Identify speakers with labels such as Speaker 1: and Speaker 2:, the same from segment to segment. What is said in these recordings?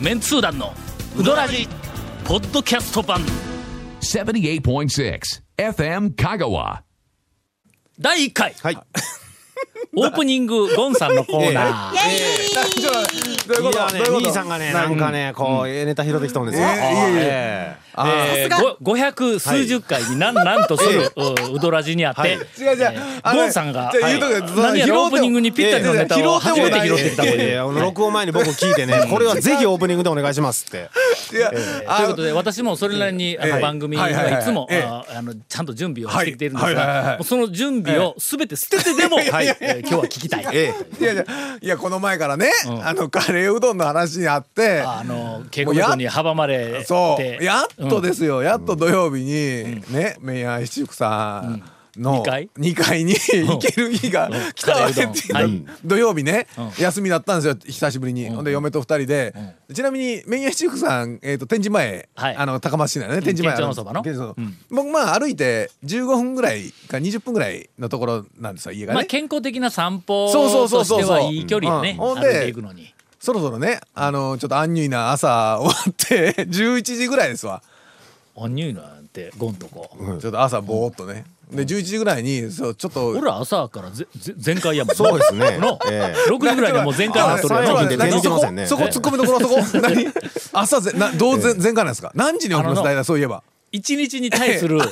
Speaker 1: メンツー団のウドラジポッドキャスト版
Speaker 2: 78.6 FM Kagawa.
Speaker 1: 第1回
Speaker 3: はい。
Speaker 1: オープニングゴンさんのコー ナー
Speaker 3: どういうこと
Speaker 4: どういうこと
Speaker 3: ミーさんがね、なんかね、こう、ええネタ拾ってきたんですよ。ええ
Speaker 1: えーご500数十回になんなんとするうんウドラジにあって
Speaker 4: 違う違うあの
Speaker 1: ゴンさんが
Speaker 4: じゃあ言うと
Speaker 1: はい
Speaker 4: く
Speaker 1: 何やらオープニングにぴったりのネタを初めて拾ってきたと
Speaker 3: ええ
Speaker 1: いう。
Speaker 3: あの録音前に僕聞いてね、これはぜひオープニングでお願いしますって。
Speaker 4: いや
Speaker 1: というこ
Speaker 4: あ
Speaker 1: とで私もそれなりにあ
Speaker 4: え
Speaker 1: の
Speaker 4: え
Speaker 1: 番組
Speaker 4: はいはいはい
Speaker 1: はいつも
Speaker 4: ええ
Speaker 1: ああのちゃんと準備をしてきているんです
Speaker 4: はいはいはいは
Speaker 1: が
Speaker 4: い
Speaker 1: もうその準備を全て捨ててでもはいえー今日は聞きたい。
Speaker 3: え
Speaker 4: いやいやいやこの前からね、あのカレーうどんの話にあって
Speaker 1: あの稽古場に阻まれて
Speaker 4: そうやっ
Speaker 1: う
Speaker 4: と
Speaker 1: ん
Speaker 4: ですよ、やっと土曜日に、ねメイヤー七福さんの
Speaker 1: 二階
Speaker 4: 2階に行ける日が来たわけっていう
Speaker 1: カレーうどん
Speaker 4: 土曜日ね、
Speaker 1: ん
Speaker 4: 休みだったんですよ久しぶりに、ほんで嫁と2人で、ちなみにメイヤー七福さん、えー、と展示前、
Speaker 1: はい
Speaker 4: あの高松市内のね展示前
Speaker 1: 県庁のそばの
Speaker 4: 県庁僕まあ歩いて15分ぐらいか20分ぐらいのところなんですよ家がね、
Speaker 1: まあ健康的な散歩
Speaker 4: そうそうそ
Speaker 1: と
Speaker 4: う
Speaker 1: し
Speaker 4: そう
Speaker 1: てはいい距離をね
Speaker 4: うん
Speaker 1: 歩
Speaker 4: ほ
Speaker 1: い
Speaker 4: んで
Speaker 1: ていくのに。
Speaker 4: そろそろねあのちょっとアンニュイな朝終わって11時ぐらいですわ。
Speaker 1: あニューなんてゴンとこ。
Speaker 4: ちょっと朝ぼーっとね。で11時ぐらいにそうちょっと
Speaker 1: 俺ら朝からぜぜ全開やもん。
Speaker 3: そうですね
Speaker 1: の
Speaker 3: ええ
Speaker 1: 6時ぐらいでもう全開になっとるや
Speaker 3: あ
Speaker 1: ん
Speaker 3: そうなんです
Speaker 1: な
Speaker 3: 全然いけませんね
Speaker 4: そこそこ突っ込みどころ そこ。何？朝ぜなどう全全開なんですか。何時に起き
Speaker 1: あ
Speaker 4: ま
Speaker 1: の
Speaker 4: す大体そういえば。
Speaker 1: 一日に対する、あの、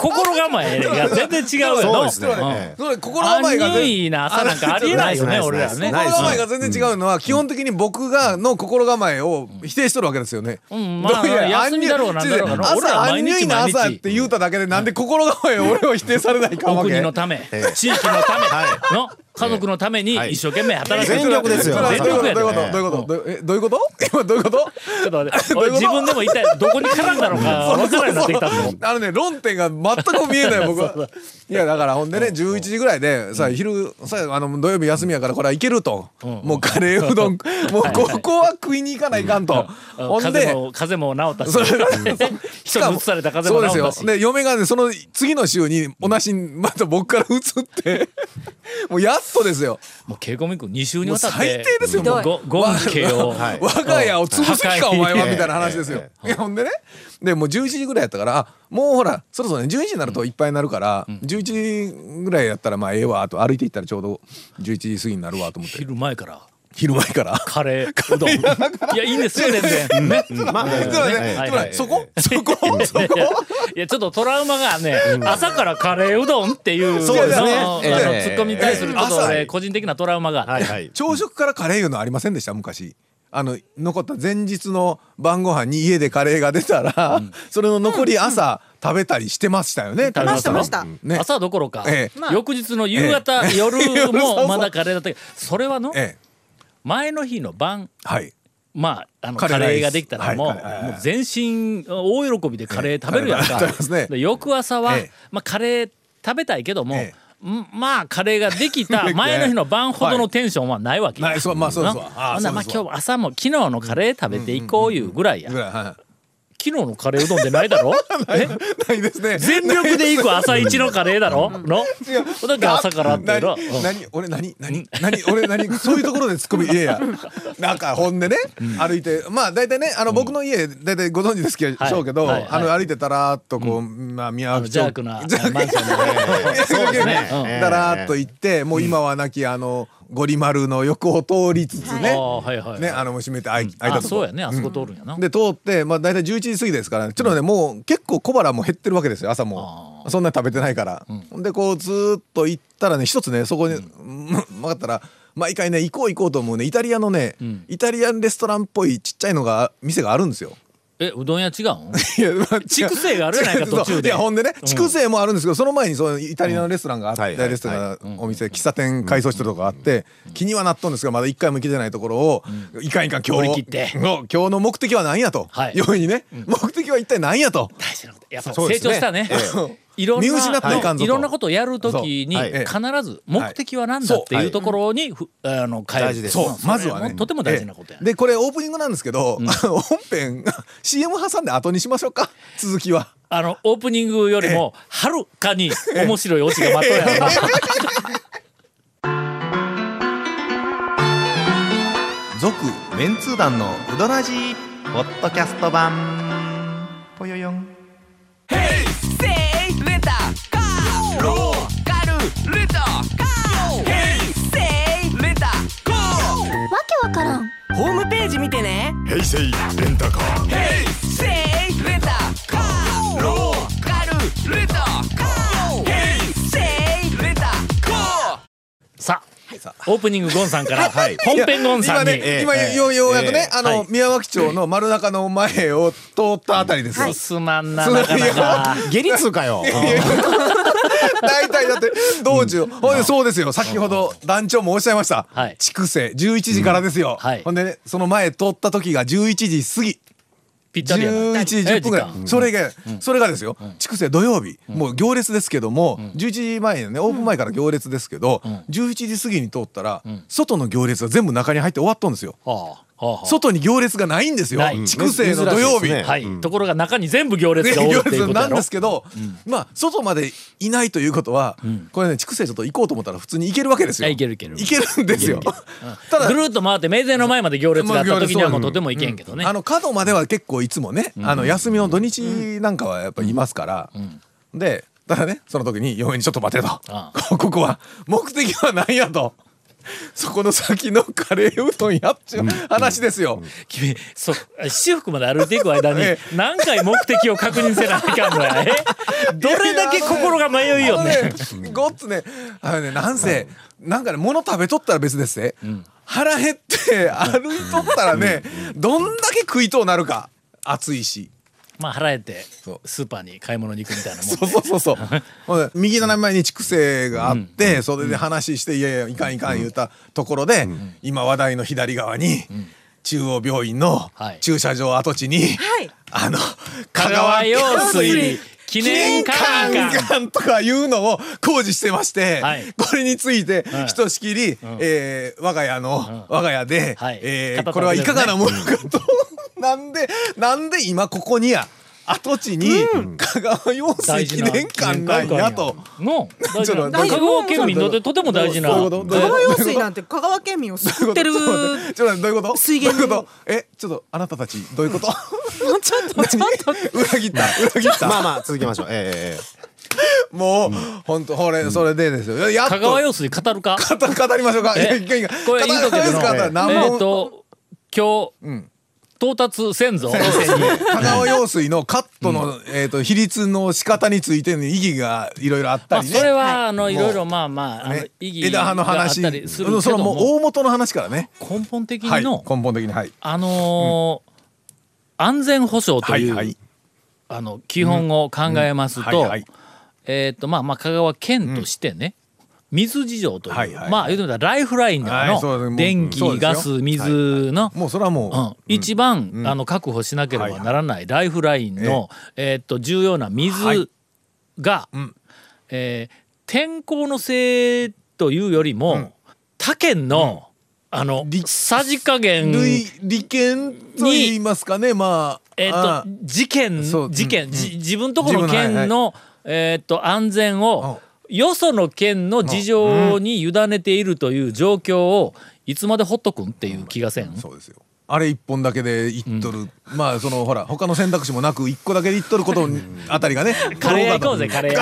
Speaker 1: 心構えが全然違うや
Speaker 3: そう
Speaker 1: ろ。
Speaker 3: ですね
Speaker 1: ん
Speaker 3: ええ
Speaker 4: それ心
Speaker 1: アン
Speaker 4: 構
Speaker 1: ニ
Speaker 4: えが
Speaker 1: ュイ
Speaker 4: 全
Speaker 1: な朝なんかありえないよね、
Speaker 3: あの
Speaker 1: 俺らね。
Speaker 3: ないです
Speaker 4: 心構えが全然違うのは基本的に僕がの心構えを否定しとるわけですよね。
Speaker 1: うんまあ
Speaker 4: どういう
Speaker 1: 休みだろうなんだろうが
Speaker 4: アン
Speaker 1: な
Speaker 4: ニュイ
Speaker 1: 俺ら
Speaker 4: 朝
Speaker 1: は
Speaker 4: ア
Speaker 1: 毎
Speaker 4: ンニ
Speaker 1: 日
Speaker 4: ュイな
Speaker 1: 毎日
Speaker 4: 朝って言うただけでなんで心構えを俺を否定されないかん
Speaker 1: お
Speaker 4: わけ。
Speaker 1: 国のため
Speaker 3: え、え
Speaker 1: 地域のた
Speaker 3: は
Speaker 1: め、の、家族のために
Speaker 3: はい
Speaker 1: 一生懸命働く。
Speaker 3: 全力です よ
Speaker 4: それ
Speaker 1: 全
Speaker 4: どう
Speaker 1: 力
Speaker 4: い
Speaker 1: や
Speaker 4: うこと
Speaker 1: で。
Speaker 4: どういうことどういうことどうえどういうこと今どういうこと
Speaker 1: ちょっと待って、
Speaker 4: どう
Speaker 1: 俺
Speaker 4: いうこと
Speaker 1: 自分でも一体どこに絡ん だのか分からなくなってきたもん。
Speaker 4: あのね論点が全く見えな い僕はいやだからほんでね11時ぐらいでさ昼さあの土曜日休みやからこれはいけるともうカレーうどん もうここは食いに行かないかんとほん
Speaker 1: 風
Speaker 4: で
Speaker 1: も、風も治ったし
Speaker 4: それ。し
Speaker 1: 人に移された風も治っ
Speaker 4: そう
Speaker 1: た
Speaker 4: です
Speaker 1: し
Speaker 4: よ。で嫁がねその次の週に同じまた僕から移 ってもうやっとですよ
Speaker 1: もう稽古みくん2週にわたって。
Speaker 4: もう最低ですよ
Speaker 1: もうごゴンケを。
Speaker 3: はい
Speaker 4: 我が家を潰す気か
Speaker 1: うん
Speaker 4: お前は
Speaker 3: 破壊
Speaker 4: みたいな話ですよ。いやほんでねでもう11時ぐらいやったからあもうほらそろそろね11時になるといっぱいになるから、11時ぐらいやったらまあええわと歩いていったらちょうど11時過ぎになるわと思っ て
Speaker 1: 昼前から。
Speaker 4: 昼前から。
Speaker 1: カレー、うどん。いや、いいんですよ、全然。ね。
Speaker 3: えまあ、
Speaker 4: つまりね
Speaker 1: はい
Speaker 4: つまりそ こそこそこ
Speaker 1: いや、ちょっとトラウマがね、朝からカレーうどんっていう、
Speaker 3: そうですね
Speaker 1: のあの、
Speaker 3: ええ
Speaker 1: ツッコミに対する、ちょっと
Speaker 4: え
Speaker 1: 俺、
Speaker 4: え
Speaker 1: 個人的なトラウマがあ
Speaker 3: は
Speaker 1: っ
Speaker 3: い
Speaker 1: て。
Speaker 3: はい。
Speaker 4: 朝食からカレーいうのありませんでした昔あの残った前日の晩ご飯に家でカレーが出たら、それの残り朝食べたりしてましたよね、
Speaker 1: 食べました
Speaker 4: 田中
Speaker 1: ま
Speaker 4: さん
Speaker 1: した
Speaker 4: ね
Speaker 1: 朝どころか
Speaker 4: え、
Speaker 5: え
Speaker 1: 翌日の夕方、
Speaker 4: ええ
Speaker 1: 夜
Speaker 4: そうそ
Speaker 1: も
Speaker 4: う
Speaker 1: まだカレーだったけど、それはの、
Speaker 4: ええ
Speaker 1: 前の日の晩、
Speaker 4: はい
Speaker 1: まあ、あのカ
Speaker 4: カレーライス
Speaker 1: レーができたらもう,、
Speaker 4: はいはいはい
Speaker 1: もう全身大喜びでカレー食べるやんか、
Speaker 4: カレー食べますね
Speaker 1: で翌朝は、
Speaker 4: ええ
Speaker 1: まあ、カレー食べたいけども、
Speaker 4: え
Speaker 1: んまあカレーができ た前の日の晩ほどのテンションはないわけ、
Speaker 4: ないそうまあそうですわ
Speaker 1: な
Speaker 4: ああ
Speaker 1: ほんなら
Speaker 4: そう
Speaker 1: まあ
Speaker 4: ですわ
Speaker 1: 今日朝も昨日のカレー食べていこういうぐらいや、
Speaker 4: ぐらいは
Speaker 1: 昨日のカレーうどんでないだ ろえ
Speaker 4: いないですね
Speaker 1: 全力で行く朝一のカレーだろのだから朝からっていうのは
Speaker 4: な何俺何何何俺何そういうところで突っ込みいやいやなんかほんでね歩いてまあ大体ねあの僕の家大体ご存知ですけど
Speaker 1: はい
Speaker 4: しょうけど
Speaker 1: はい
Speaker 4: あの歩いてたらーっとこうまあ宮
Speaker 1: あの
Speaker 4: 脇町
Speaker 1: ジャークな
Speaker 4: ジャーク
Speaker 1: マンションのね
Speaker 3: そうですね
Speaker 1: う。
Speaker 4: だらーっと行ってもう今はなきあのゴリ丸の横を通りつつ
Speaker 1: あ
Speaker 4: ね
Speaker 1: あはいはいはい、
Speaker 4: ねあのもう閉めて開い開い
Speaker 1: あ
Speaker 4: たと
Speaker 1: そう
Speaker 4: こ
Speaker 1: やねあそこ通るんやな、
Speaker 4: で通ってまあ大体11時過ぎですからちょっとねもう結構小腹も減ってるわけですよ朝もそんな食べてないから、でこうずーっと行ったらね一つねそこに、うん、 分かったら毎回ね行こう行こうと思うねイタリアのね、イタリアンレストランっぽいちっちゃいのが店があるんですよ。
Speaker 1: えうどん屋 違うん
Speaker 4: いや、まあ、
Speaker 1: 畜生があるやないか
Speaker 4: 違うそう
Speaker 1: 途中で
Speaker 4: いや、ほんでね、畜生もあるんですけど、その前に、そのイタリアのレストランがあって、
Speaker 3: うんはいはいはい
Speaker 4: レストランのお店、喫茶店改装してるとこがあって。気にはなっとんですが、まだ一回も行けてないところを、いかんいかん、今
Speaker 1: 乗り
Speaker 4: 日。
Speaker 1: 切って
Speaker 4: の今日の目的は何やと、
Speaker 1: はい
Speaker 4: ようにね、目的は一体何やと。
Speaker 1: 大事なことやっぱ
Speaker 3: そうで
Speaker 1: 成
Speaker 3: す
Speaker 1: 長
Speaker 3: ね
Speaker 1: したね
Speaker 4: え。
Speaker 1: いろんな
Speaker 4: 見失ってはいかんぞと
Speaker 1: いろんなことをやるときに
Speaker 3: そうはい
Speaker 1: 必ず目的は何だっていうところにふあの変える
Speaker 3: 大事です
Speaker 1: そう
Speaker 4: そうまずは
Speaker 1: それ
Speaker 4: ね
Speaker 1: もとても大事なことや
Speaker 4: ええでこれオープニングなんですけど、 本編 CM 挟んで後にしましょうか続きは
Speaker 1: あのオープニングよりもはるかに面白いオチが待っとるやろな
Speaker 4: 続
Speaker 5: メンツー団のうどらじポッドキャスト版ぽよよん
Speaker 6: わけわからん
Speaker 7: ホームページ見てね
Speaker 1: さあオープニングゴンさんから本編ゴンさんに
Speaker 4: いや今ね、今よようやくね、あの、宮脇町の丸中の前を通ったあたりです。
Speaker 1: すすまんななかなか
Speaker 3: 下痢通かよ。
Speaker 4: 大体だって道中、ほんでそうですよ先ほど団長もおっしゃいました、
Speaker 1: はい
Speaker 4: 筑西11時からですよ、
Speaker 1: はい
Speaker 4: ほんでねその前通った時が11時過ぎ
Speaker 1: ぴったりやな
Speaker 4: 11時10分ぐら
Speaker 1: ええ時間
Speaker 4: いそれがそれがですよ筑西土曜日もう行列ですけども11時前のねオープン前から行列ですけど11時過ぎに通ったら外の行列が全部中に入って終わったんですよ
Speaker 1: はあはあ
Speaker 4: 外に行列がないんですよ
Speaker 1: ない
Speaker 4: 筑西の土曜日
Speaker 3: 珍しいですね
Speaker 1: はい、ところが中に全部行列が おる
Speaker 4: 行
Speaker 1: っていう
Speaker 4: 列
Speaker 1: こと
Speaker 4: な
Speaker 1: や
Speaker 4: ん
Speaker 1: ろ
Speaker 4: ですけど、まあ外までいないということは、これね筑西ちょっと行こうと思ったら普通に行けるわけですよ
Speaker 1: いや行ける行ける
Speaker 4: 行けるんですよただ
Speaker 1: ぐるーっと回って名前の前まで行列があった時にはもう
Speaker 4: まあ行列そ
Speaker 1: と
Speaker 4: う
Speaker 1: てもいけんけどね、
Speaker 4: あの角までは結構いつもね、あの休みの土日なんかはやっぱいますから、でただねその時に嫁にちょっと待てと
Speaker 1: あ
Speaker 4: ここは目的は何やと。そこの先のカレーうどんやっちゅう話ですよ。
Speaker 1: 君そう私服まで歩いていく間に
Speaker 4: え
Speaker 1: 何回目的を確認せなあかんの やえどれだけ心が迷いよね
Speaker 4: あのねごっつねあのねなんせなんかね物食べとったら別ですね、腹減って歩いとったらねどんだけ食いとうなるか暑いし
Speaker 1: まあ腹減って
Speaker 4: そう
Speaker 1: スーパーに買い物に行くみたいなもん
Speaker 4: そうそうそうそうほんで右斜め前に筑西があって、それで話して「いやいやいかんいかん」言うたところで、今話題の左側に、中央病院の
Speaker 1: はい
Speaker 4: 駐車場跡地に、
Speaker 6: はい
Speaker 4: あの
Speaker 1: 香
Speaker 4: 香川
Speaker 1: 川用水
Speaker 4: 水
Speaker 1: 記念館
Speaker 4: 記念
Speaker 1: が
Speaker 4: 館とかいうのを工事してまして、
Speaker 1: はい
Speaker 4: これについて
Speaker 1: うん
Speaker 4: ひとしきり、えー我が家の、我が家で、
Speaker 1: はい
Speaker 4: えー
Speaker 1: 片手
Speaker 4: これはいかがな
Speaker 1: で
Speaker 4: ものかと なんでなんで今ここにや跡地に香川用水記念館なんやと。
Speaker 1: の大事な
Speaker 4: ちょっと
Speaker 1: 香川県民にとってとても大事な
Speaker 4: どういうこと
Speaker 6: 香川用水なんて香川県民を救ってるち
Speaker 4: ちょっと待ってどういうこと
Speaker 6: 水源に
Speaker 4: どういうことえちょっとあなたたちどういうこと
Speaker 6: ょっとちょっと
Speaker 4: 裏切った裏切った、
Speaker 3: まあまあ続けましょう。ええ
Speaker 4: もう、ほんとほれ、それでですよやっと
Speaker 1: 香川用水語るか
Speaker 4: 語語りましょう か。いや
Speaker 1: え
Speaker 4: いやいや
Speaker 1: これ言うとくけど
Speaker 4: 語ります
Speaker 1: な
Speaker 4: か何
Speaker 1: えっ
Speaker 4: 本
Speaker 1: と今日到達せんぞ
Speaker 4: 香川用水のカットの、えっと比率の仕方についての意義がいろいろあっ
Speaker 1: ま
Speaker 4: た
Speaker 1: あ
Speaker 4: り
Speaker 1: そ
Speaker 4: ね。
Speaker 1: れはあのいろいろまあまああの
Speaker 4: ね
Speaker 1: 意義
Speaker 4: 枝葉の
Speaker 1: があっ
Speaker 4: 話、
Speaker 1: たりするけ
Speaker 4: そ
Speaker 1: ど
Speaker 4: のもう
Speaker 1: も
Speaker 4: 大元の話からね。
Speaker 1: 根本的
Speaker 4: はい。
Speaker 1: に
Speaker 4: 根
Speaker 1: の
Speaker 4: 本的にはい。
Speaker 1: あのー安全保障と、
Speaker 4: はいいうはい。
Speaker 1: あの基本を考えますと、
Speaker 4: はいはい。
Speaker 1: えっ、とまあまあ香川県としてね、水事情という、
Speaker 4: はいはい
Speaker 1: まあ言うてみたらライフラインだから
Speaker 4: はいそうです
Speaker 1: の
Speaker 4: もう
Speaker 1: 電気
Speaker 4: そうですよ
Speaker 1: ガス水の、
Speaker 4: もうそれはもう、
Speaker 1: うん、一番、あの確保しなければならないライフラインの、えーっと重要な水が、えー天候のせいというよりも、他県の、あのさじ加減
Speaker 4: 類利権と言いますかね。まあ、
Speaker 1: えっ
Speaker 4: あ
Speaker 1: と事件
Speaker 4: そう
Speaker 1: 事件、
Speaker 4: うん
Speaker 1: じ自分とこの
Speaker 4: 自分の
Speaker 1: 県の、えっと安全をよその県の事情に委ねているという状況をいつまでほっとくんっていう気がせん。
Speaker 4: そうですよ。あれ一本だけで1ドル、まあそのほら他の選択肢もなく1個だけで1ドルことにあたりがね
Speaker 1: カレー屋行こうぜカレー屋。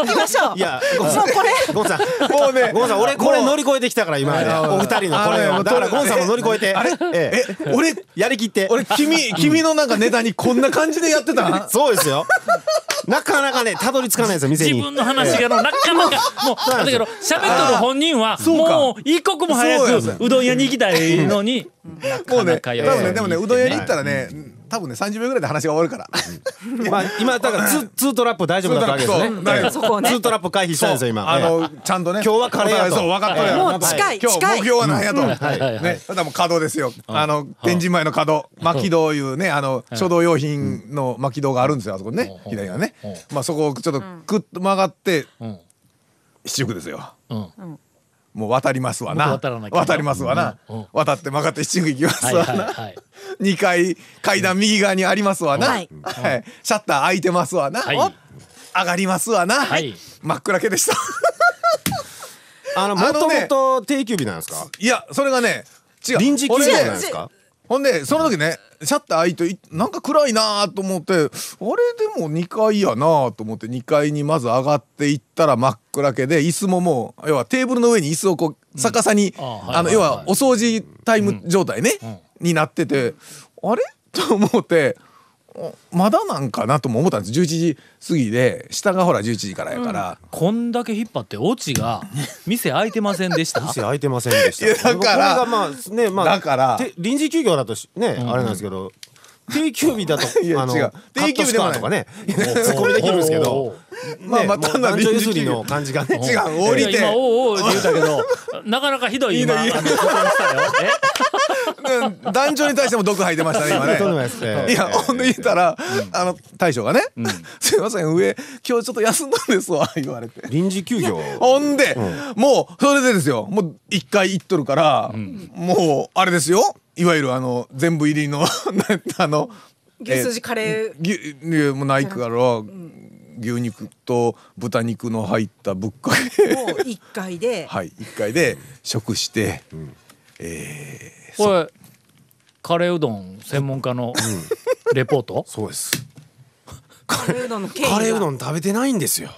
Speaker 6: 行きましょう
Speaker 3: いや、ゴンさん、ゴンさん、
Speaker 4: もうね
Speaker 3: ゴンさん、俺これ乗り越えてきたから今まで。お二人のこれ
Speaker 4: あ
Speaker 3: を
Speaker 4: れ
Speaker 3: だからゴンさんも乗り越えて。
Speaker 4: あれ
Speaker 3: え
Speaker 4: え
Speaker 3: え
Speaker 4: 俺
Speaker 3: やりきって。
Speaker 4: 俺君君のなんかネタにこんな感じでやってた
Speaker 3: そうですよ。なかなかね、たどり着かないですよ、店
Speaker 1: 自
Speaker 3: に。
Speaker 1: 分の話がのなかな かもうだけど喋っとる本人は
Speaker 4: うか
Speaker 1: もう一刻も
Speaker 4: そう
Speaker 1: 早
Speaker 4: や
Speaker 1: くうどん屋に行きたいのに
Speaker 4: も
Speaker 1: なか
Speaker 4: うね多
Speaker 1: なかよ
Speaker 4: 分ねでもねうどん屋に行ったらね多分ね30秒ぐらいで話が終わるから
Speaker 3: まあ、今だからツーツートラップ大丈夫だったわけですね。
Speaker 4: ツー
Speaker 3: ツ
Speaker 4: トラップ
Speaker 6: そう大丈夫
Speaker 3: ートラップ回避したんですよ今。
Speaker 4: あ
Speaker 3: え
Speaker 4: のちゃんとね
Speaker 3: 今日はカレーやと
Speaker 4: そう分かった
Speaker 6: もう近い
Speaker 4: 今日
Speaker 6: 近
Speaker 4: 目
Speaker 6: い
Speaker 4: 標は何やと
Speaker 1: はいはい
Speaker 4: ねただもう角ですよあの天神前の角巻戸いうねあの書道用品の巻戸があるんですよあそこにね左側ねまあそこをちょっとクッと曲がって
Speaker 1: ん
Speaker 4: 七福ですよ
Speaker 1: うん
Speaker 4: もう渡りますわ
Speaker 1: も
Speaker 4: な
Speaker 1: う渡らなきゃな
Speaker 4: りますわな
Speaker 1: うんうん
Speaker 4: 渡って曲がって七福行きます
Speaker 1: はい
Speaker 4: わ
Speaker 1: はい
Speaker 4: な
Speaker 1: はい
Speaker 4: 2階階段右側にありますわな、
Speaker 6: は
Speaker 4: はいいシャッター開いてますわな、
Speaker 1: はい
Speaker 4: お上がりますわな、
Speaker 1: はい
Speaker 4: 真っ暗けでした
Speaker 3: あの、も
Speaker 4: あ
Speaker 3: と
Speaker 4: のね
Speaker 3: もと定休日なんですか。
Speaker 4: いやそれがね違う
Speaker 3: 臨時休業なんですか
Speaker 4: ほんでその時ねシャッター開いていなんか暗いなーと思ってあれでも2階やなーと思って2階にまず上がっていったら真っ暗けで椅子ももう要はテーブルの上に椅子をこう逆さに、
Speaker 1: あーはい
Speaker 4: あの
Speaker 1: はい
Speaker 4: 要
Speaker 1: はい
Speaker 4: はお掃除タイム状態ね、になっててあれと思って。おまだなんかなとも思ったんです11時過ぎで下がほら11時からやから、
Speaker 1: こんだけ引っ張ってオチが店開いてませんで した
Speaker 3: 店開いてませんでした。
Speaker 4: いやだから
Speaker 3: これがまあねまあ
Speaker 4: だから
Speaker 3: て臨時休業だとしねあれなんですけど。定休日だ と
Speaker 4: いや
Speaker 3: あの
Speaker 4: 違う
Speaker 3: カットスコアとかね ツッコミできるんですけど
Speaker 4: まあ
Speaker 3: ね
Speaker 4: まあ単な
Speaker 3: も
Speaker 4: る
Speaker 3: う男
Speaker 4: 臨時
Speaker 3: 女ゆす
Speaker 4: 休
Speaker 3: り
Speaker 4: 業
Speaker 3: の感じがね
Speaker 4: 違う降りて
Speaker 1: いや今おうおうって言うたけ どなかなかひどい今あ
Speaker 4: いい
Speaker 1: の
Speaker 4: のいい
Speaker 1: ことにしたよえ
Speaker 4: うん男女に対しても毒吐いてましたね 今ね
Speaker 3: 毒吐いてましたね
Speaker 4: いやほんで言ったら、あの大将がね、すいません上今日ちょっと休んだんですわ」 言われて
Speaker 3: 臨時休業
Speaker 4: ほんで、もうそれでですよもう一回行っとるから、もうあれですよいわゆるあの全部入りの なんあの
Speaker 6: 牛すじカレー
Speaker 4: ぎゅもうないから、牛肉と豚肉の入ったぶっかけ
Speaker 6: を一回で、
Speaker 4: はい一回で食して、
Speaker 1: これカレーうどん専門家のレポート
Speaker 3: そうです
Speaker 6: カレーうどんの経緯が
Speaker 3: カレーうどん食べてないんですよ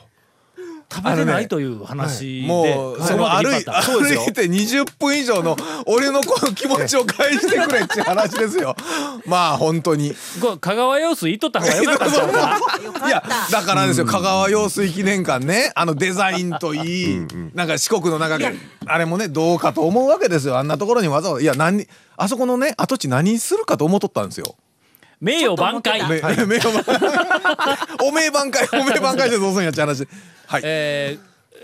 Speaker 1: 食べてないという話で
Speaker 4: もうその
Speaker 1: まで
Speaker 4: 歩
Speaker 1: 引
Speaker 4: い
Speaker 1: っ張った
Speaker 4: 歩いて20分以 上の俺のこの気持ちを返してくれっていう話です よ。まあ本当に。い
Speaker 1: これ香川用水行っとった方がよかったんちゃう か
Speaker 6: よか
Speaker 4: や
Speaker 6: った
Speaker 4: だからですよ香川用水記念館ねあのデザインといいなんか四国の中であれもねどうかと思うわけですよあんなところにわざわざいや何あそこのね跡地何するかと思っとったんですよ。
Speaker 1: 名誉挽回
Speaker 6: ちょっと思って
Speaker 4: め
Speaker 6: た
Speaker 4: めよおめえ挽回おめえ挽回してどうすんやっちゃう話。はい。
Speaker 1: え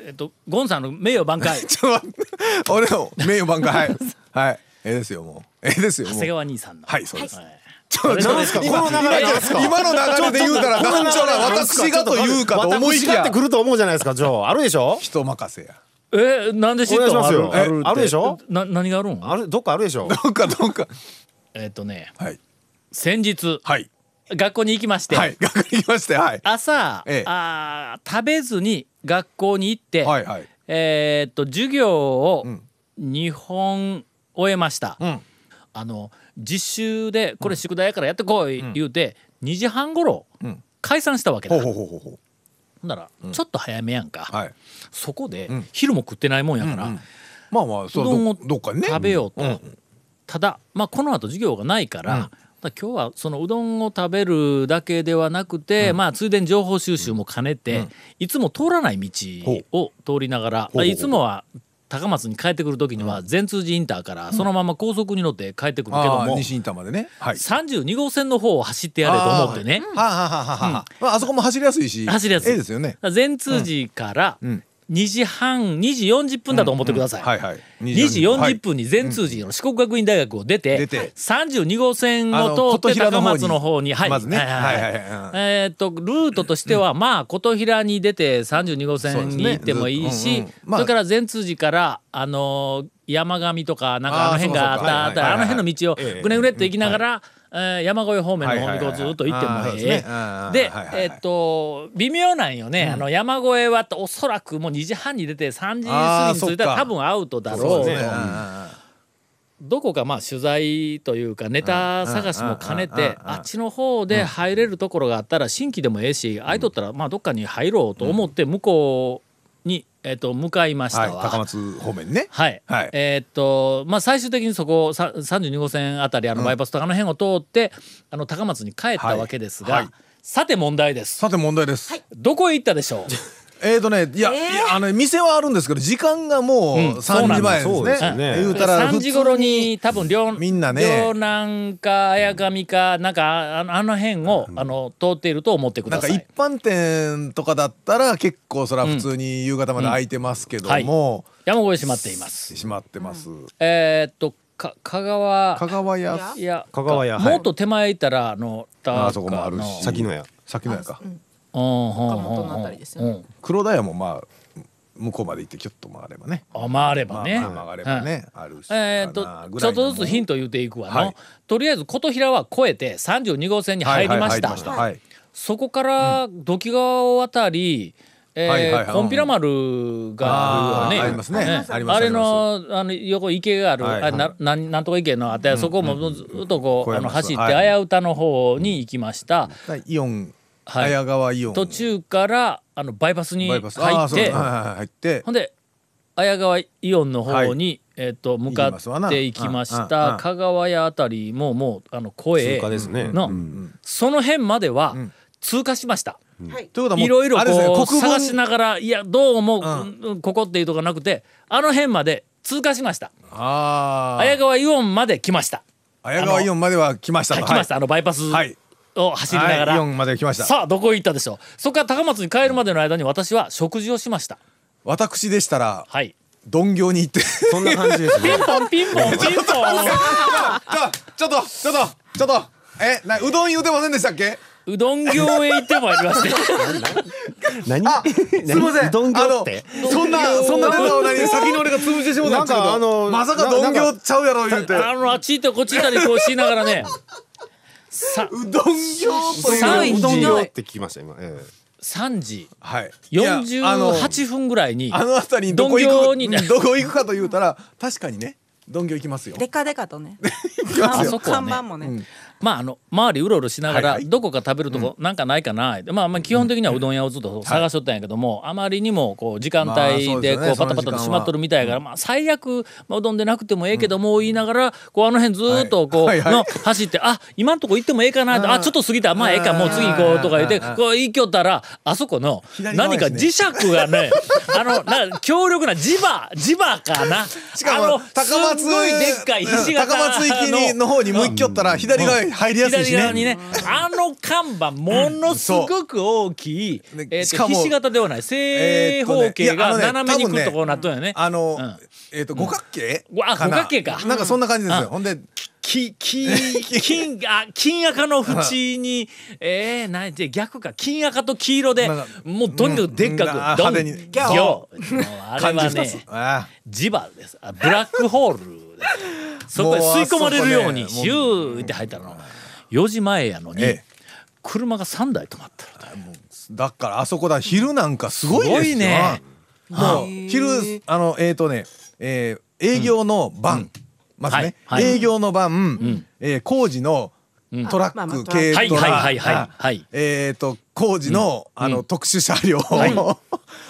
Speaker 1: ーえっとゴンさんの名誉挽 回
Speaker 4: ちょっと待って俺の名誉挽回はいはいええですよもうええですよ
Speaker 1: 長
Speaker 4: もう
Speaker 1: 谷川兄さんの
Speaker 4: はいそうです
Speaker 1: ちょっ
Speaker 4: 何
Speaker 3: ですか
Speaker 1: 今
Speaker 3: この流れ
Speaker 1: 今
Speaker 3: 何ですか
Speaker 4: 今の流れで言うたら団長ら私がと言うかと思いき
Speaker 3: 私がっ
Speaker 4: や
Speaker 3: てくると思うじゃないですかジョーあるでしょ
Speaker 4: 人任せや
Speaker 1: えーなんで知
Speaker 3: お
Speaker 1: った
Speaker 3: 願いし
Speaker 1: の
Speaker 3: ますよ
Speaker 1: ある
Speaker 3: あるでしょ
Speaker 1: な何があるん
Speaker 3: あるどっかあるでしょ
Speaker 4: どっかどっか
Speaker 1: えっとね
Speaker 4: はい
Speaker 1: 先日
Speaker 4: はい
Speaker 1: 学校に行きまして
Speaker 4: はい学校行きましてはい
Speaker 1: 朝、
Speaker 4: ええ
Speaker 1: あー食べずに学校に行って、
Speaker 4: はいはい
Speaker 1: えーっと授業を
Speaker 4: ん
Speaker 1: 2本終えました、
Speaker 4: ん
Speaker 1: あの実習でこれ宿題やからやってこい言うて、2時半ごろ
Speaker 4: うん
Speaker 1: 解散したわけだ、
Speaker 4: ほ
Speaker 1: ほ
Speaker 4: うほうほうほうほ
Speaker 1: んならちょっと早めやんか、
Speaker 4: うはい
Speaker 1: そこで
Speaker 4: ん
Speaker 1: 昼も食ってないもんやから、
Speaker 4: まあまあそうう
Speaker 1: どんを
Speaker 4: どどっかにね
Speaker 1: 食べようと、
Speaker 4: ん
Speaker 1: ただ、まあ、この後授業がないから,、
Speaker 4: うん
Speaker 1: だから今日はそのうどんを食べるだけではなくて、まあ、ついでに情報収集も兼ねて、いつも通らない道を通りながら、
Speaker 4: ほう
Speaker 1: いつもは高松に帰ってくる時には善通寺インターからそのまま高速に乗って帰ってくるけど
Speaker 4: あ
Speaker 1: も、
Speaker 4: あ西新玉でねはい
Speaker 1: 32号線の方を走ってやれと思ってね。
Speaker 4: はあはあはあはあまああそこも走りやすいし
Speaker 1: 走りやすい
Speaker 4: ええですよね
Speaker 1: だから善通寺から
Speaker 4: ん
Speaker 1: 2時半2時40分だと思ってください。
Speaker 4: はいはい
Speaker 1: 2時
Speaker 4: はい
Speaker 1: 40分に善通寺の四国学院大学を出て,、
Speaker 4: 出て
Speaker 1: 32号線を通っ
Speaker 4: あの琴
Speaker 1: て
Speaker 4: 平
Speaker 1: 高
Speaker 4: の方に
Speaker 1: 松の方にはい
Speaker 4: まずね
Speaker 1: はいはいは
Speaker 4: はいいはいはいうん
Speaker 1: えーっとルートとしては、まあ琴平に出て32号線に行ってもいいしそ,、
Speaker 4: そうですねずっとうんうんまあ
Speaker 1: れから善通寺から、あのー山上とかなんかあの辺があ
Speaker 4: あ
Speaker 1: っ
Speaker 4: ー
Speaker 1: たあ
Speaker 4: そうかそうか
Speaker 1: たあ
Speaker 4: はいはいはい
Speaker 1: の辺の道を
Speaker 3: ええ
Speaker 1: ぐねぐねって行きながら、えー山越え方面の方
Speaker 4: は
Speaker 1: に
Speaker 4: いはい
Speaker 1: こ
Speaker 4: は
Speaker 1: う
Speaker 4: い
Speaker 1: ずっと行っても
Speaker 4: あーそう
Speaker 1: え
Speaker 4: で
Speaker 1: え
Speaker 4: すねあー
Speaker 1: で
Speaker 4: はいはいはい
Speaker 1: えーっと微妙なんよね、あの山越えはおそらくもう2時半に出て3時過ぎに着いたら
Speaker 4: あーそっか
Speaker 1: 多分アウトだろ
Speaker 4: そう
Speaker 1: と
Speaker 4: うですねうんうんうん
Speaker 1: どこかまあ取材というかネタ探しも兼ね
Speaker 4: うんうんうん
Speaker 1: て
Speaker 4: うん
Speaker 1: あっちの方で入れるところがあったら新規でもええし空いとったらまあどっかに入ろうと思って向こうにえっと向かいました
Speaker 4: はい高
Speaker 1: わ。
Speaker 4: 松方面ね
Speaker 1: はい、
Speaker 4: はい
Speaker 1: えーっとまあ最終的にそこさ32号線あたりあのバイパスとかあの辺を通って、あの高松に帰ったわけですが、
Speaker 4: はいはい
Speaker 1: さて問題です
Speaker 4: さて問題です
Speaker 1: どこへ行ったでしょう
Speaker 4: えーとね、いや、
Speaker 6: えー
Speaker 4: いやあの店はあるんですけど、時間がもう
Speaker 1: うんそう
Speaker 4: 3
Speaker 1: なんだ
Speaker 4: 時前ですね。
Speaker 3: そうですよね
Speaker 4: 言うたら、
Speaker 1: 3時頃。に多分両
Speaker 4: みんなね
Speaker 1: 両南か綾上かなんかあのあの辺を、あの通っていると思ってくだ
Speaker 4: なん
Speaker 1: さ
Speaker 4: か
Speaker 1: い。
Speaker 4: 一般店とかだったら、結構そら普通に夕方まで開いてますけども。
Speaker 1: 山越え閉まっています。
Speaker 4: 閉まってます。
Speaker 1: えーっとか香川
Speaker 4: 香川屋。
Speaker 1: いや
Speaker 3: 香川や
Speaker 1: か
Speaker 3: はい
Speaker 1: もっと手前行ったらあの
Speaker 4: ああそこもあるし
Speaker 3: 先のや
Speaker 4: 先のやか。
Speaker 1: 岡
Speaker 6: 岡本のあたりですよね
Speaker 4: 黒田屋も、まあ。向こうまで行って、ちょっと回ればね。
Speaker 1: あ回れ
Speaker 4: ま
Speaker 1: ば
Speaker 4: あ、
Speaker 1: ね。
Speaker 4: まあ曲がればね、あるし。
Speaker 1: えーっと
Speaker 4: かなぐ
Speaker 1: ちょ
Speaker 4: ら
Speaker 1: っ
Speaker 4: いの
Speaker 1: とずつヒント言うていくわの、
Speaker 4: はい
Speaker 1: とりあえず琴平は越えて32号線に入りました
Speaker 4: はいはい入りましたはい。
Speaker 1: そこから土岐川を渡り、え
Speaker 4: はいはいは
Speaker 1: ー
Speaker 4: い
Speaker 1: コンピラ丸があるよね
Speaker 4: あーありますね
Speaker 1: ね
Speaker 4: あります
Speaker 1: あれのあの横池がある、
Speaker 4: はいはい
Speaker 1: あななんなんとか池のあって、そこもずっとこう、
Speaker 4: 越
Speaker 1: あ
Speaker 4: え
Speaker 1: の
Speaker 4: ます
Speaker 1: 走って
Speaker 4: はい
Speaker 1: 綾歌の方に行きました、
Speaker 4: イオン、
Speaker 1: はい
Speaker 4: 綾川イオン
Speaker 1: 途中からあのバイパスに
Speaker 4: バ
Speaker 1: 入
Speaker 4: イパスあー
Speaker 1: っ
Speaker 4: そう
Speaker 1: て
Speaker 4: だはいはいはい入って
Speaker 1: ほんで綾川イオンの方に、
Speaker 4: は
Speaker 1: えっと向
Speaker 4: 行
Speaker 1: か
Speaker 4: きますわな
Speaker 1: っていきまし
Speaker 4: うんうんう
Speaker 1: た
Speaker 4: ん
Speaker 1: 香川屋あたりももうあの声
Speaker 3: 通過ですね
Speaker 1: の、その辺までは
Speaker 4: ん
Speaker 1: 通過しました。
Speaker 6: はい
Speaker 4: ということはもう
Speaker 1: いろいろ
Speaker 4: あれですね
Speaker 1: こう
Speaker 4: 国分
Speaker 1: 探しながらいやどうも、
Speaker 4: ん
Speaker 1: うんここっていうとこなくてあの辺まで通過しました
Speaker 4: あ
Speaker 1: 綾
Speaker 4: ー
Speaker 1: 川イオンまで来ました
Speaker 4: 綾川イオンまでは来ました
Speaker 1: はい
Speaker 4: と
Speaker 1: 来ました、あのバイパス
Speaker 4: はい
Speaker 1: を走りながら、
Speaker 4: はいイオンまで来ました
Speaker 1: さあどこ行ったでしょうそこから高松に帰るまでの間に私は食事をしました
Speaker 4: 私でしたら
Speaker 1: はい
Speaker 4: 鈍行に行って
Speaker 3: そんな感じ です
Speaker 1: ピ
Speaker 3: ね
Speaker 1: ンポンピンポ ンピンポン
Speaker 4: ちょっとちょっとちょっとえなうどん言うてませんでしたっけ
Speaker 1: うどん業へ行ってまいりまして
Speaker 3: 何
Speaker 4: あすいません
Speaker 3: うどん
Speaker 4: あ
Speaker 3: 業っ
Speaker 4: の
Speaker 3: て
Speaker 4: そんなそんなネタを何先に俺 が潰してしもうたんですけ
Speaker 3: なんかあ
Speaker 4: ど
Speaker 3: の
Speaker 4: まさか鈍行ちゃうやろ言うて
Speaker 1: あのあっち行ってこっち行ったりこうしながらね
Speaker 4: うどん業という
Speaker 1: さ
Speaker 3: うどん業って聞きました今、え
Speaker 1: 3時
Speaker 4: はいいやあの
Speaker 1: 48分ぐらいに
Speaker 4: あの辺りにどこ
Speaker 1: 鈍行
Speaker 4: 行
Speaker 1: に
Speaker 4: く
Speaker 1: ね
Speaker 4: どこ行くかと言うたら確かにね鈍行行きますよ
Speaker 6: でかでかとね
Speaker 4: 行きます
Speaker 1: あ
Speaker 4: よ
Speaker 1: そこは
Speaker 6: 看
Speaker 1: ね
Speaker 6: 板もね、
Speaker 1: まああの周りうろうろしながら、
Speaker 4: はいはい
Speaker 1: どこか食べるとこなんかないかな、まあまあ基本的にはうどん屋をずっと探しとったんやけども、あまりにもこう時間帯でこう、
Speaker 4: まあそうです
Speaker 1: パ
Speaker 4: よね
Speaker 1: タパタ
Speaker 4: その時間
Speaker 1: と
Speaker 4: は
Speaker 1: 閉まっとるみたいやから、まあ最悪、まあ、うどんでなくてもええけども、言いながらこうあの辺ずーっとこう、
Speaker 4: はいはいはい
Speaker 1: の走ってあ今んとこ行ってもええかなとあちょっと過ぎたまあええかもう次行こうとか言ってこう行きよったらあそこの
Speaker 4: 左側
Speaker 1: 何
Speaker 4: ですね
Speaker 1: か磁石が ねあのなんか強力な磁場磁場かな
Speaker 4: しか
Speaker 1: あの
Speaker 4: も高松
Speaker 1: すんごいでっかいひし形
Speaker 4: 高松行きの方に向きよったら左側に入りやすいし
Speaker 1: 左側に
Speaker 4: ね
Speaker 1: ね、あの看板、ものすごく大きい、
Speaker 4: うんそう
Speaker 1: えっ
Speaker 4: し
Speaker 1: と、
Speaker 4: か
Speaker 1: ひ
Speaker 4: も
Speaker 1: し形ではない、正方形が斜めにくっとこうなっとんよね。
Speaker 4: あの、
Speaker 1: うん
Speaker 4: えっ、と五角形
Speaker 1: うんうわ
Speaker 4: かな
Speaker 1: 五角形か
Speaker 4: なんかそんな感じです
Speaker 1: うん
Speaker 4: よほんで
Speaker 1: き、 き、金、あ、金赤の縁に、えー、なんて逆か、金赤と黄色で
Speaker 4: なんか、
Speaker 1: もうとにかくでっ
Speaker 4: うん
Speaker 1: か
Speaker 4: あ
Speaker 1: く、どん、
Speaker 4: 派手に
Speaker 1: ぎょうもうあれ
Speaker 4: 漢字
Speaker 1: は
Speaker 4: 二つ
Speaker 1: ね、
Speaker 4: あ
Speaker 1: 磁場です。あブラックホール です。そこへ吸い込まれるよう
Speaker 4: も
Speaker 1: に、
Speaker 4: うあそこね
Speaker 1: シューって入ったの。4時前やのに、
Speaker 4: ええ
Speaker 1: 車が3台止まった。
Speaker 4: ーだからあそこだ昼なんかすごいですよ
Speaker 1: すごいね
Speaker 4: もう昼あのえっ、とね、えー営業の晩、まずね、
Speaker 1: はいはい
Speaker 4: 営業の晩、えー工事のトラ
Speaker 6: まあま
Speaker 4: ッ
Speaker 6: あ
Speaker 4: ク軽トラ、
Speaker 1: はいはいはいはいはい
Speaker 4: えっ、と工事の、あの特殊車両、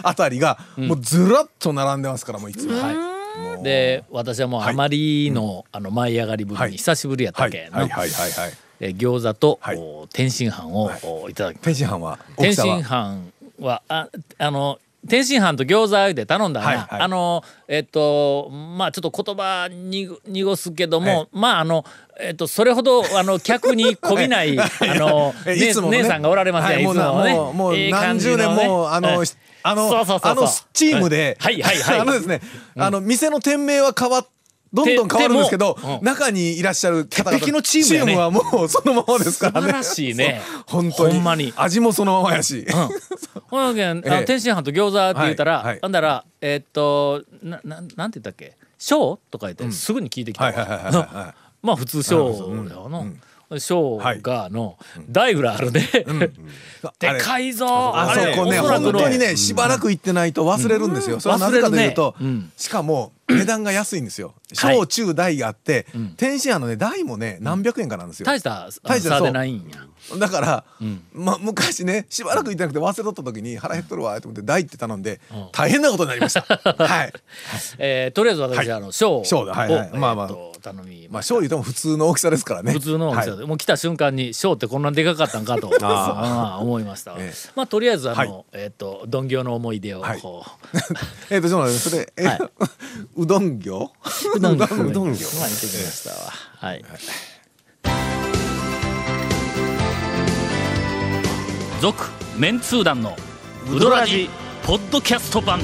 Speaker 4: あたりが、もうずらっと並んでますからもういつも、
Speaker 1: はい、で私はもう
Speaker 4: は
Speaker 1: あ
Speaker 4: い
Speaker 1: まりの,、あの舞い上がりぶりに、
Speaker 4: はい
Speaker 1: 久しぶりやった
Speaker 4: は
Speaker 1: っ
Speaker 4: い
Speaker 1: けの、
Speaker 4: はいはいはいはい
Speaker 1: え餃子と、
Speaker 4: はい
Speaker 1: お天津飯を、
Speaker 4: はい
Speaker 1: おいただき
Speaker 4: 天津飯は
Speaker 1: 天
Speaker 4: 大きさ
Speaker 1: 津
Speaker 4: は
Speaker 1: 飯はああの天津飯と餃子で頼んだら、
Speaker 4: はいはい
Speaker 1: あのえっとまあちょっと言葉に濁すけども、まああのえっとそれほどあの客に媚びないあの、
Speaker 4: え
Speaker 1: ね
Speaker 4: いつものね
Speaker 1: 姉さんがおられます
Speaker 4: はい
Speaker 1: ね、
Speaker 4: も
Speaker 1: い
Speaker 4: う
Speaker 1: つも
Speaker 4: な
Speaker 1: のね
Speaker 4: もうもう
Speaker 1: いい感
Speaker 4: 何
Speaker 1: じの
Speaker 4: 十年もう
Speaker 1: ね
Speaker 4: あの
Speaker 1: うん
Speaker 4: しあの
Speaker 1: そうそうそうそう
Speaker 4: あのスチームで
Speaker 1: はいはいはい
Speaker 4: あのですねあの店の店名は変わっどんどん変わるんですけど
Speaker 1: てでもうん
Speaker 4: 中にいらっしゃる方々
Speaker 1: 鉄壁のチームやね
Speaker 4: はもうそのままですから
Speaker 1: 素
Speaker 4: ね
Speaker 1: 晴らしいね
Speaker 4: そう本当に
Speaker 1: ほんまに
Speaker 4: 味もそのままやし
Speaker 1: ほなけん、あ
Speaker 4: え
Speaker 1: の
Speaker 4: え
Speaker 1: 天津飯と餃子って言ったら、
Speaker 4: はいはい
Speaker 1: あんだら、えーっと、な、なん、なんて言ったっけ。ショーとか言って、すぐに聞いてきたわ。
Speaker 4: はいはいはいはいはい
Speaker 1: の まあ、普通ショーだよの。ショーがあの、ダイフラあるね。 でかいぞ。
Speaker 4: あそこね
Speaker 1: おそらく
Speaker 4: 本
Speaker 1: の
Speaker 4: 当にねしばらく行ってないと忘れるんですよそれはなぜかというと
Speaker 1: 忘れるねうん
Speaker 4: しかも値段が安いんですよ
Speaker 1: はい
Speaker 4: 小中大があって天津飯のね大もね何百円かなんですよ
Speaker 1: 大した、あの
Speaker 4: 大した
Speaker 1: 差
Speaker 4: そ
Speaker 1: で
Speaker 4: う
Speaker 1: ないんや。
Speaker 4: だから、まあ昔ねしばらく行ってなくて忘れとった時に腹減っとるわと思って大って頼んで、大変なことになりま したはい
Speaker 1: えーとりあえず、私、あの、ショ
Speaker 4: シ
Speaker 1: ー
Speaker 4: ョ
Speaker 1: を、
Speaker 4: ーだはい
Speaker 1: え
Speaker 4: はい
Speaker 1: ーっと
Speaker 4: まあまあ
Speaker 1: 頼み
Speaker 4: ま
Speaker 1: ま
Speaker 4: あ
Speaker 1: した。
Speaker 4: 醤油でも普通の大きさですからね
Speaker 1: 普通のお店で、
Speaker 4: はい
Speaker 1: もう来た瞬間に「ショーってこんなでかかったん かと」ああ思いました、
Speaker 4: ええ
Speaker 1: まあとりあえずあの、
Speaker 4: はい
Speaker 1: えーっとどんぎょうの思い出を
Speaker 4: はい
Speaker 1: こう、
Speaker 4: えっ、とちょっと待ってそれ、え
Speaker 1: はいう
Speaker 4: どん業
Speaker 1: うどん業。う
Speaker 3: うどん業
Speaker 1: まあ、行ってきましたわ。はい。続、メンツー団の。ウドラジ、ポッドキャスト版。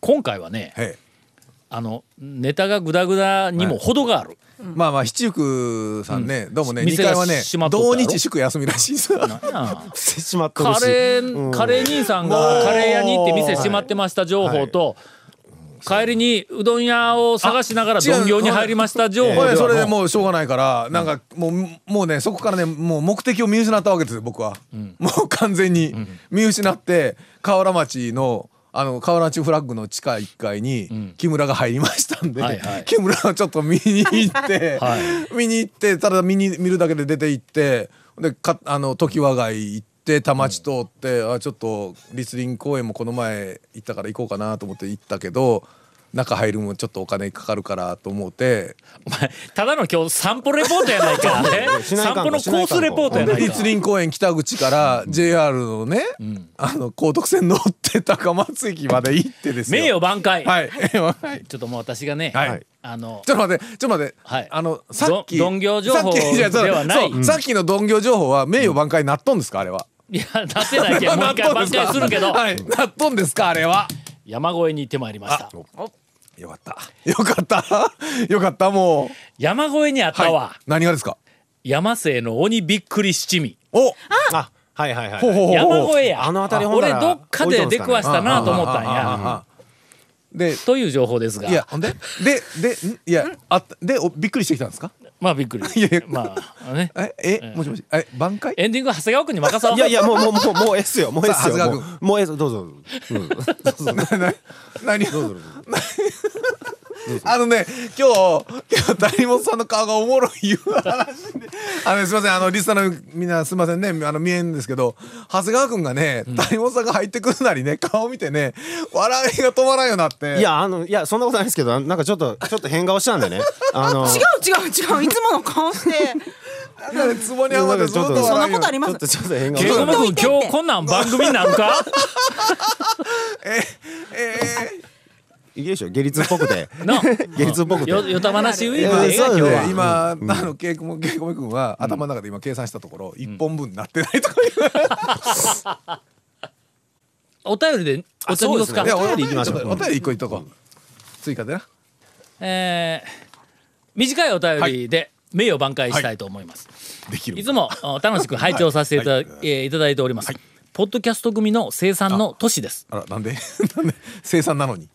Speaker 1: 今回はね、
Speaker 4: はい
Speaker 1: あのネタがグダグダにも程がある。
Speaker 4: まあまあ七福さんね、どうもね2
Speaker 1: 店が
Speaker 4: 回はね
Speaker 1: 閉まっとったやろ
Speaker 4: 同日祝休みらしいです
Speaker 1: なんや
Speaker 3: してしまっとる
Speaker 1: カ
Speaker 3: し
Speaker 1: レー、カレー兄さんがカレー屋に行って店閉まってました情報と、帰りにうどん屋を探しながら
Speaker 4: あ違う
Speaker 1: どん業に入りました情報
Speaker 4: こ
Speaker 1: では
Speaker 4: れそれで
Speaker 1: もう
Speaker 4: もうしょうがないからなんかもうもうねそこからねもう目的を見失ったわけですよ僕は、もう完全に見失って河原町のあの河原町フラッグの地下1階に木村が入りましたんで、
Speaker 1: はいはい
Speaker 4: 木村をちょっと見に行っ て、
Speaker 1: はい
Speaker 4: 見に行ってただ見に見るだけで出て行ってでかあの常盤街行って。田町通って、あちょっと立林公園もこの前行ったから行こうかなと思って行ったけど中入るのもちょっとお金かかるからと思って
Speaker 1: お前ただの今日散歩レポートやないかね
Speaker 3: しない
Speaker 1: 散
Speaker 3: か
Speaker 1: 歩
Speaker 3: んと
Speaker 1: のコースレポートやないか
Speaker 4: 立林公園北口から JR のね、あの高徳線乗って高松駅まで行ってですよ
Speaker 1: 名誉挽回、
Speaker 4: はい はい
Speaker 1: ちょっともう私がね、
Speaker 4: はい
Speaker 1: あの
Speaker 4: ちょっと待ってちょっと待って、
Speaker 1: はい
Speaker 4: あのさっき
Speaker 1: どどん行情報
Speaker 4: さっきいやそう
Speaker 1: ではない
Speaker 4: そうさっきのどん行情報は名誉挽回なっとんですかあれは、
Speaker 1: いや出せないけ どもう一回
Speaker 4: なっと
Speaker 1: 挽
Speaker 4: んですか
Speaker 1: 回するけど、
Speaker 4: はいなっとんですかあれは
Speaker 1: 山越えに行ってまいりました
Speaker 4: よかったよかった よかったも
Speaker 1: 山越えにあっ
Speaker 4: う、は
Speaker 1: た
Speaker 4: い
Speaker 1: わ、
Speaker 4: 何がですか
Speaker 1: 山生の鬼びっくり七味
Speaker 4: お
Speaker 3: あ、はいはいはい。
Speaker 4: ほうほうほう
Speaker 1: 山
Speaker 4: ほう
Speaker 1: 越えや
Speaker 3: あの辺りほんな
Speaker 1: 俺
Speaker 3: ら
Speaker 1: どっかで出くわしたなと思ったん
Speaker 4: ああああ
Speaker 1: や
Speaker 4: あで
Speaker 1: という情報ですが
Speaker 4: いやほんでででんいやあったでおびっくりしてきたんですか
Speaker 1: まあびっくり
Speaker 4: いやいや
Speaker 1: まあね
Speaker 4: ええもしもしえ挽回
Speaker 1: エンディングは長谷川君に任そう
Speaker 3: いやいや、もう、もう、もう、もう、えっすよ。もう、えっすよ。
Speaker 4: さあ長谷
Speaker 3: もう
Speaker 4: 川、
Speaker 3: もうえっす、どうぞ。うん、どうぞ、
Speaker 4: 何
Speaker 3: どうぞ。
Speaker 4: あのね今日今日谷本さんの顔がおもろいいう話であのすいませんあのリスナーのみんなすいませんねあの見えんですけど長谷川君がね谷本さんが入ってくるなりね顔見てね笑いが止まらんようになって
Speaker 3: いや、あの、いや、そんなことないですけど、なんかちょっと、ちょっと変顔したんでね。あの。
Speaker 6: 違う違う違ういつもの顔して
Speaker 4: つぼにはまってずっと
Speaker 6: そんな
Speaker 4: 笑い
Speaker 6: こ
Speaker 4: よ
Speaker 6: とありま
Speaker 3: ち
Speaker 6: す
Speaker 3: ょっと、ちょっと変顔
Speaker 1: ケイコ
Speaker 3: し
Speaker 1: バ
Speaker 3: た。
Speaker 1: 君今日こんなん番組になん か
Speaker 3: いいでしょ下痢っぽくて。
Speaker 1: の
Speaker 3: 下痢っぽくて。
Speaker 1: よよた話ウィーク
Speaker 4: 今
Speaker 1: でええが今日は
Speaker 4: 今、あの稽古も稽古も君は頭の中で今計算したところ一本分になってないとか
Speaker 1: お便りでお茶にどすか
Speaker 4: いや
Speaker 3: お便り行きましょう
Speaker 4: ちっとお便り一個いっとこう追加でな
Speaker 1: えー短いお便りで名誉挽回したいと思います、
Speaker 4: でき
Speaker 1: い
Speaker 4: る
Speaker 1: つもお楽しく拝聴させていた,、
Speaker 4: はい
Speaker 1: えーいただいております、ポッドキャスト組の生産の都市です
Speaker 4: あらなんで なんで生産なのに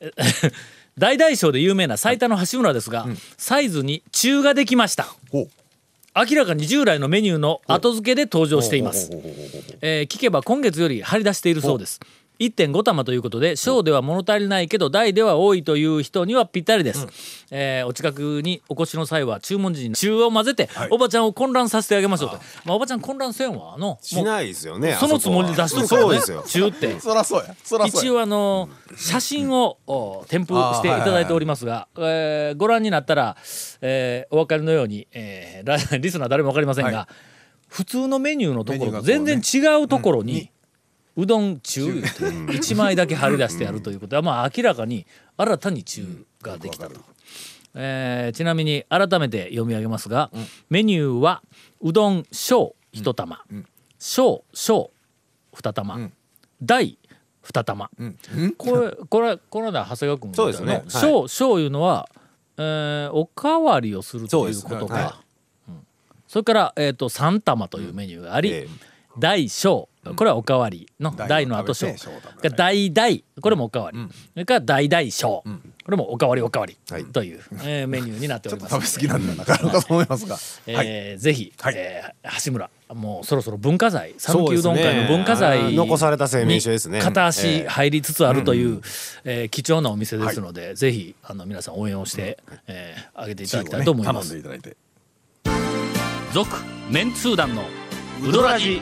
Speaker 1: 大大小で有名な最多の橋村ですが、サイズに中ができました
Speaker 4: ほう
Speaker 1: 明らかに従来のメニューの後付けで登場しています
Speaker 4: ほうほうほうほう
Speaker 1: えー聞けば今月より張り出しているそうです1.5玉ということで小では物足りないけど大では多いという人にはぴったりです、えーお近くにお越しの際は注文時に中を混ぜて、
Speaker 4: い
Speaker 1: おばちゃんを混乱させてあげましょうとまあ、おばちゃん混乱せんわあの
Speaker 3: しないですよね。
Speaker 1: そのつもりで出しとるか
Speaker 3: そうで
Speaker 1: ら
Speaker 3: す
Speaker 1: ね
Speaker 3: よ。
Speaker 1: 中って
Speaker 4: そらそうやそらそう
Speaker 1: 一
Speaker 4: や
Speaker 1: 応あの写真をお添付していただいておりますが、えーご覧になったら、えーお分かりのように、えーラ リスナー誰も分かりませんが、
Speaker 4: は
Speaker 1: 普通のメニューのところと
Speaker 4: メニュー
Speaker 1: 全
Speaker 4: がこうね
Speaker 1: 然違うところに、うどん中言うて1枚だけ貼り出してやるということは、まあ、明らかに新たに中ができたと。えーちなみに改めて読み上げますが、メニューはうどん小1玉、小小2玉、大2玉、これこれこの間長谷川君も言った
Speaker 3: そうですよねはい
Speaker 1: 小小いうのは、えーおかわりをするということかそ,、
Speaker 4: はい
Speaker 1: れから、えー、と3玉というメニューがあり、
Speaker 3: ええ
Speaker 1: 大小これはおかわりの
Speaker 4: 大を
Speaker 1: 大の後小
Speaker 4: 食べて小を食べて
Speaker 1: 大大これもおかわり、それから大大小、これもおかわりおかわり
Speaker 3: はい
Speaker 1: という、えーメニューになっております
Speaker 4: 食べ過ぎなんだなかなかと思いますがはい
Speaker 1: えーぜひ、
Speaker 4: はい
Speaker 1: えー橋村もうそろそろ文化財讃岐うどん会の文化
Speaker 3: そうです
Speaker 1: 財
Speaker 3: ね残された生命書ですね
Speaker 1: に片足
Speaker 3: ええ
Speaker 1: 入りつつあるという、えー貴重なお店ですので、ぜひあの皆さん応援をして、えーあげていただきたいと思いま
Speaker 4: 頼ん
Speaker 1: す
Speaker 4: でいただいて
Speaker 1: 続メンツー団のウドラジ